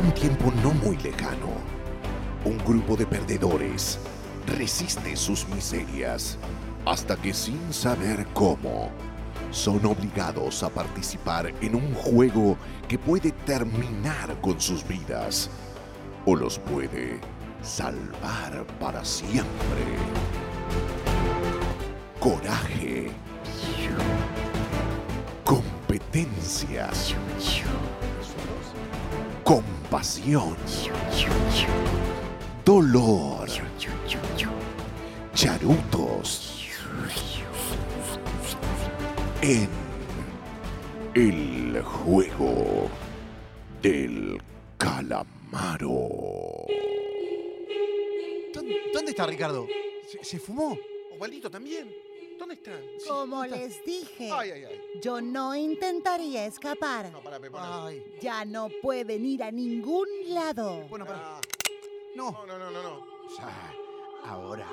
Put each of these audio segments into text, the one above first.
un tiempo no muy lejano, un grupo de perdedores resiste sus miserias hasta que sin saber cómo, son obligados a participar en un juego que puede terminar con sus vidas o los puede salvar para siempre. Coraje. Competencia. Compasión. Dolor. Charutos. En el juego del calamaro. ¿Dó- ¿Dónde está Ricardo? ¿Se, se fumó? Osvaldito también. ¿Dónde están? Sí. Como les dije, Ay, ay, ay. yo no intentaría escapar. No, para, Pepona. Ay, Ya no pueden ir a ningún lado. bueno, pará. Ah, No. No, no, no, no, no. Ya, ahora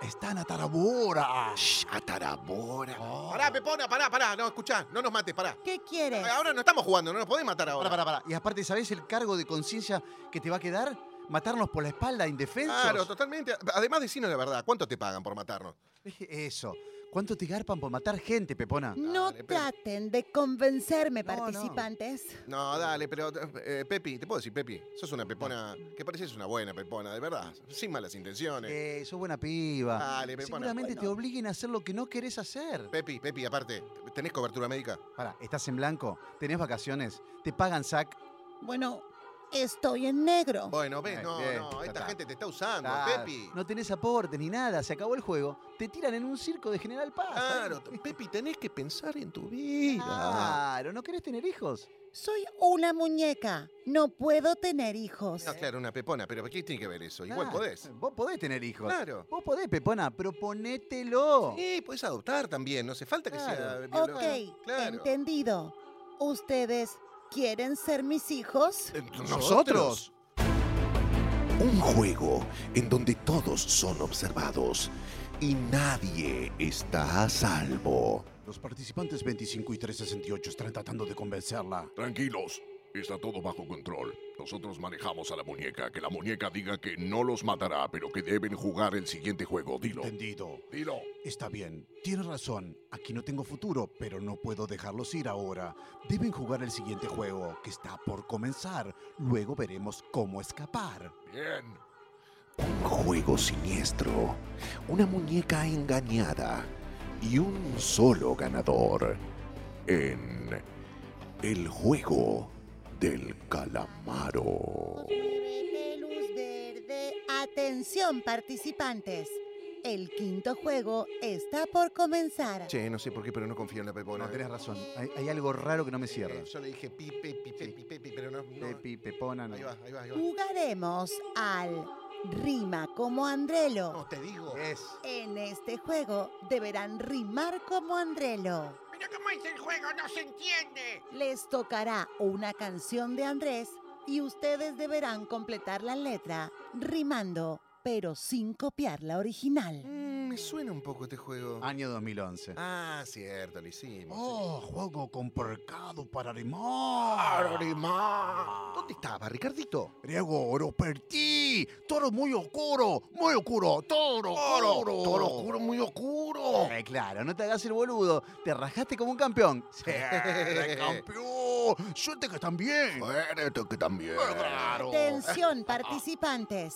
están a Tarabora. Shh, Atarabora. Oh. Pará, Pepona, pará, pará. No, escuchá, no nos mates, pará. Eh, ¿Qué quieres? Ahora no estamos jugando, no nos podés matar ahora. Pará, pará, pará. Y aparte, ¿sabés el cargo de conciencia que te va a quedar? ¿Matarnos por la espalda, indefensos? Claro, totalmente. Además, decinos la verdad. ¿Cuánto te pagan por matarnos? Eso. ¿Cuánto te garpan por matar gente, Pepona? Mm. No Dale, pero- traten de convencerme, No, no. participantes. No, dale, pero eh, Pepi, te puedo decir, Pepi, sos una pepona que pareces una buena pepona, de verdad, sin malas intenciones. Eh, sos buena piba. Dale, Pepona. Seguramente te Bueno. obliguen a hacer lo que no querés hacer. Pepi, Pepi, aparte, ¿tenés cobertura médica? Pará, ¿estás en blanco? ¿Tenés vacaciones? ¿Te pagan sac? Bueno, estoy en negro. Bueno, ves, Ay, no, bien, no, ya esta está. gente te está usando, Claro, Pepi. Ah, No tenés aportes ni nada, se acabó el juego. Te tiran en un circo de General Paz. Claro, ¿sabés? Pepi, tenés que pensar en tu vida. Claro, ¿no querés tener hijos? Soy una muñeca. No puedo tener hijos. No, claro, una pepona, pero ¿qué tiene que ver eso? Igual Claro, podés. Vos podés tener hijos. Claro. Vos podés, Pepona, proponételo. Sí, podés adoptar también, no hace falta que Claro. sea Ok, biológico. Claro. entendido. ¿Ustedes quieren ser mis hijos? ¿Nosotros? Un juego en donde todos son observados y nadie está a salvo. Los participantes 25 y 368 están tratando de convencerla. Tranquilos, está todo bajo control. Nosotros manejamos a la muñeca. Que la muñeca diga que no los matará, pero que deben jugar el siguiente juego. Dilo. Entendido. Dilo. Está bien, tienes razón. Aquí no tengo futuro, pero no puedo dejarlos ir ahora. Deben jugar el siguiente juego, que está por comenzar. Luego veremos cómo escapar. Bien. Un juego siniestro, una muñeca engañada y un solo ganador en el juego del calamaro. Verde, luz verde. Atención, participantes. El quinto juego está por comenzar. Che, no sé por qué, pero no confío en la pepona. No, tenés razón. Hay, hay algo raro que no me cierra. Eh, yo le dije pi, pepi, pepi, pepi, pero no. no. Pepi, Pepona, no. Ahí va, ahí va, ahí Uh. va. Jugaremos al Rima como Andrelo. No te digo. Es. En este juego deberán rimar como Andrelo. Pero cómo es el juego, no se entiende. Les tocará una canción de Andrés y ustedes deberán completar la letra rimando, pero sin copiar la original. Mm, me suena un poco este juego. Año 2011. Ah, cierto, lo hicimos. ¡Oh, juego con percado para rimar! ¿Dónde estaba, Ricardito? Griego oro pertí, toro muy oscuro, muy oscuro, toro, toro, Toro oscuro, muy oscuro. Eh, claro, no te hagas el boludo. Te rajaste como un campeón. Sí. ¡Eh, campeón! ¡Suerte que están bien! Fuerte que también. ¡Claro! Atención, participantes.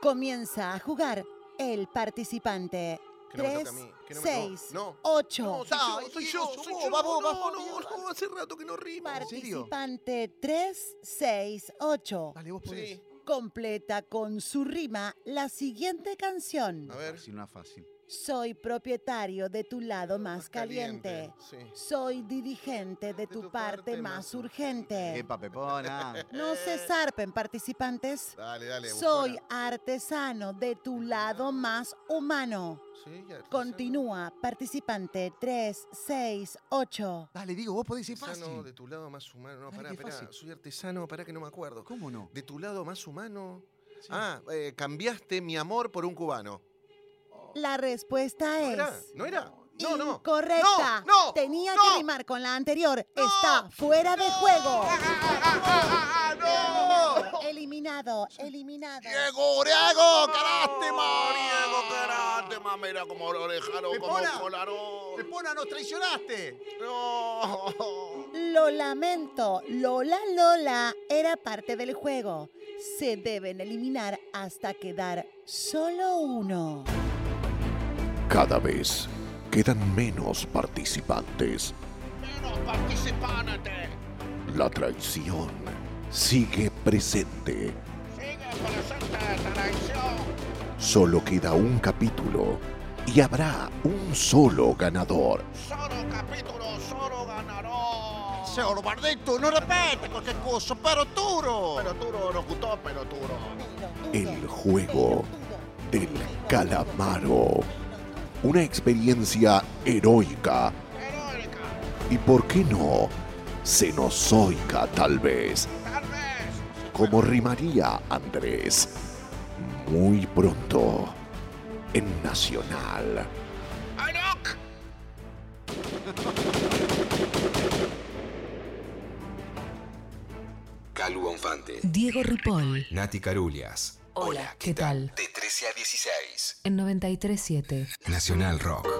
Comienza a jugar el participante. Que no me Tres, toca a mí, que no me- no, seis, no. ocho. soy yo, soy yo, soy yo. Va vos, va no, vos, no, Diego, no, hace rato que no rimo. Par- serio? Participante 3, 6, 8. Dale, vos podés. Sí, Completa con su rima la siguiente canción. a ver. Si no es fácil. Soy propietario de tu lado más caliente. Sí. Soy dirigente de tu parte más urgente. Eh. Epa, Pepona. No se zarpen, participantes. Dale, dale. Soy buscona. artesano de tu lado más humano. Sí, ya, Continúa, participante 3, 6, 8. Dale, digo, vos podés ir Artesano fácil. de tu lado más humano. No, Dale, pará, qué pará. fácil. Soy artesano, pará que no me acuerdo. ¿Cómo no? De tu lado más humano. Sí. Ah, eh, cambiaste mi amor por un cubano. La respuesta ¿No es... era? ¿No era? No, no. Correcta. No, no, Tenía no. que rimar con la anterior. Está fuera de juego. ¡Ah, ah, ah, ah, ah, no! Eliminado, eliminado. ¡Diego Uriago! ¡Qué lástima! ¡Diego, qué lástima! Mira cómo lo dejaron, cómo Pepona. colaron. ¡Pepona, nos traicionaste! No. Lo lamento, Lola Lola era parte del juego. Se deben eliminar hasta quedar solo uno. Cada vez quedan menos participantes. ¡Menos participantes! La traición sigue presente. ¡Sigue con la santa traición! Solo queda un capítulo y habrá un solo ganador. ¡Solo capítulo, solo ganador! Señor Bardetto, no repete cualquier cosa, pero duro. Pero duro, no gustó, pero duro. El juego del calamaro. Una experiencia heroica ¡Heroica! y, ¿por qué no? Cenozoica tal vez, ¡Tal vez! como rimaría Andrés. Muy pronto, en Nacional. ¡Ay, no! Calu Bonfante. Diego Ripoll. Nati Carulias. Hola, ¿qué tal? De 13 a 16. En 937. Nacional Rock.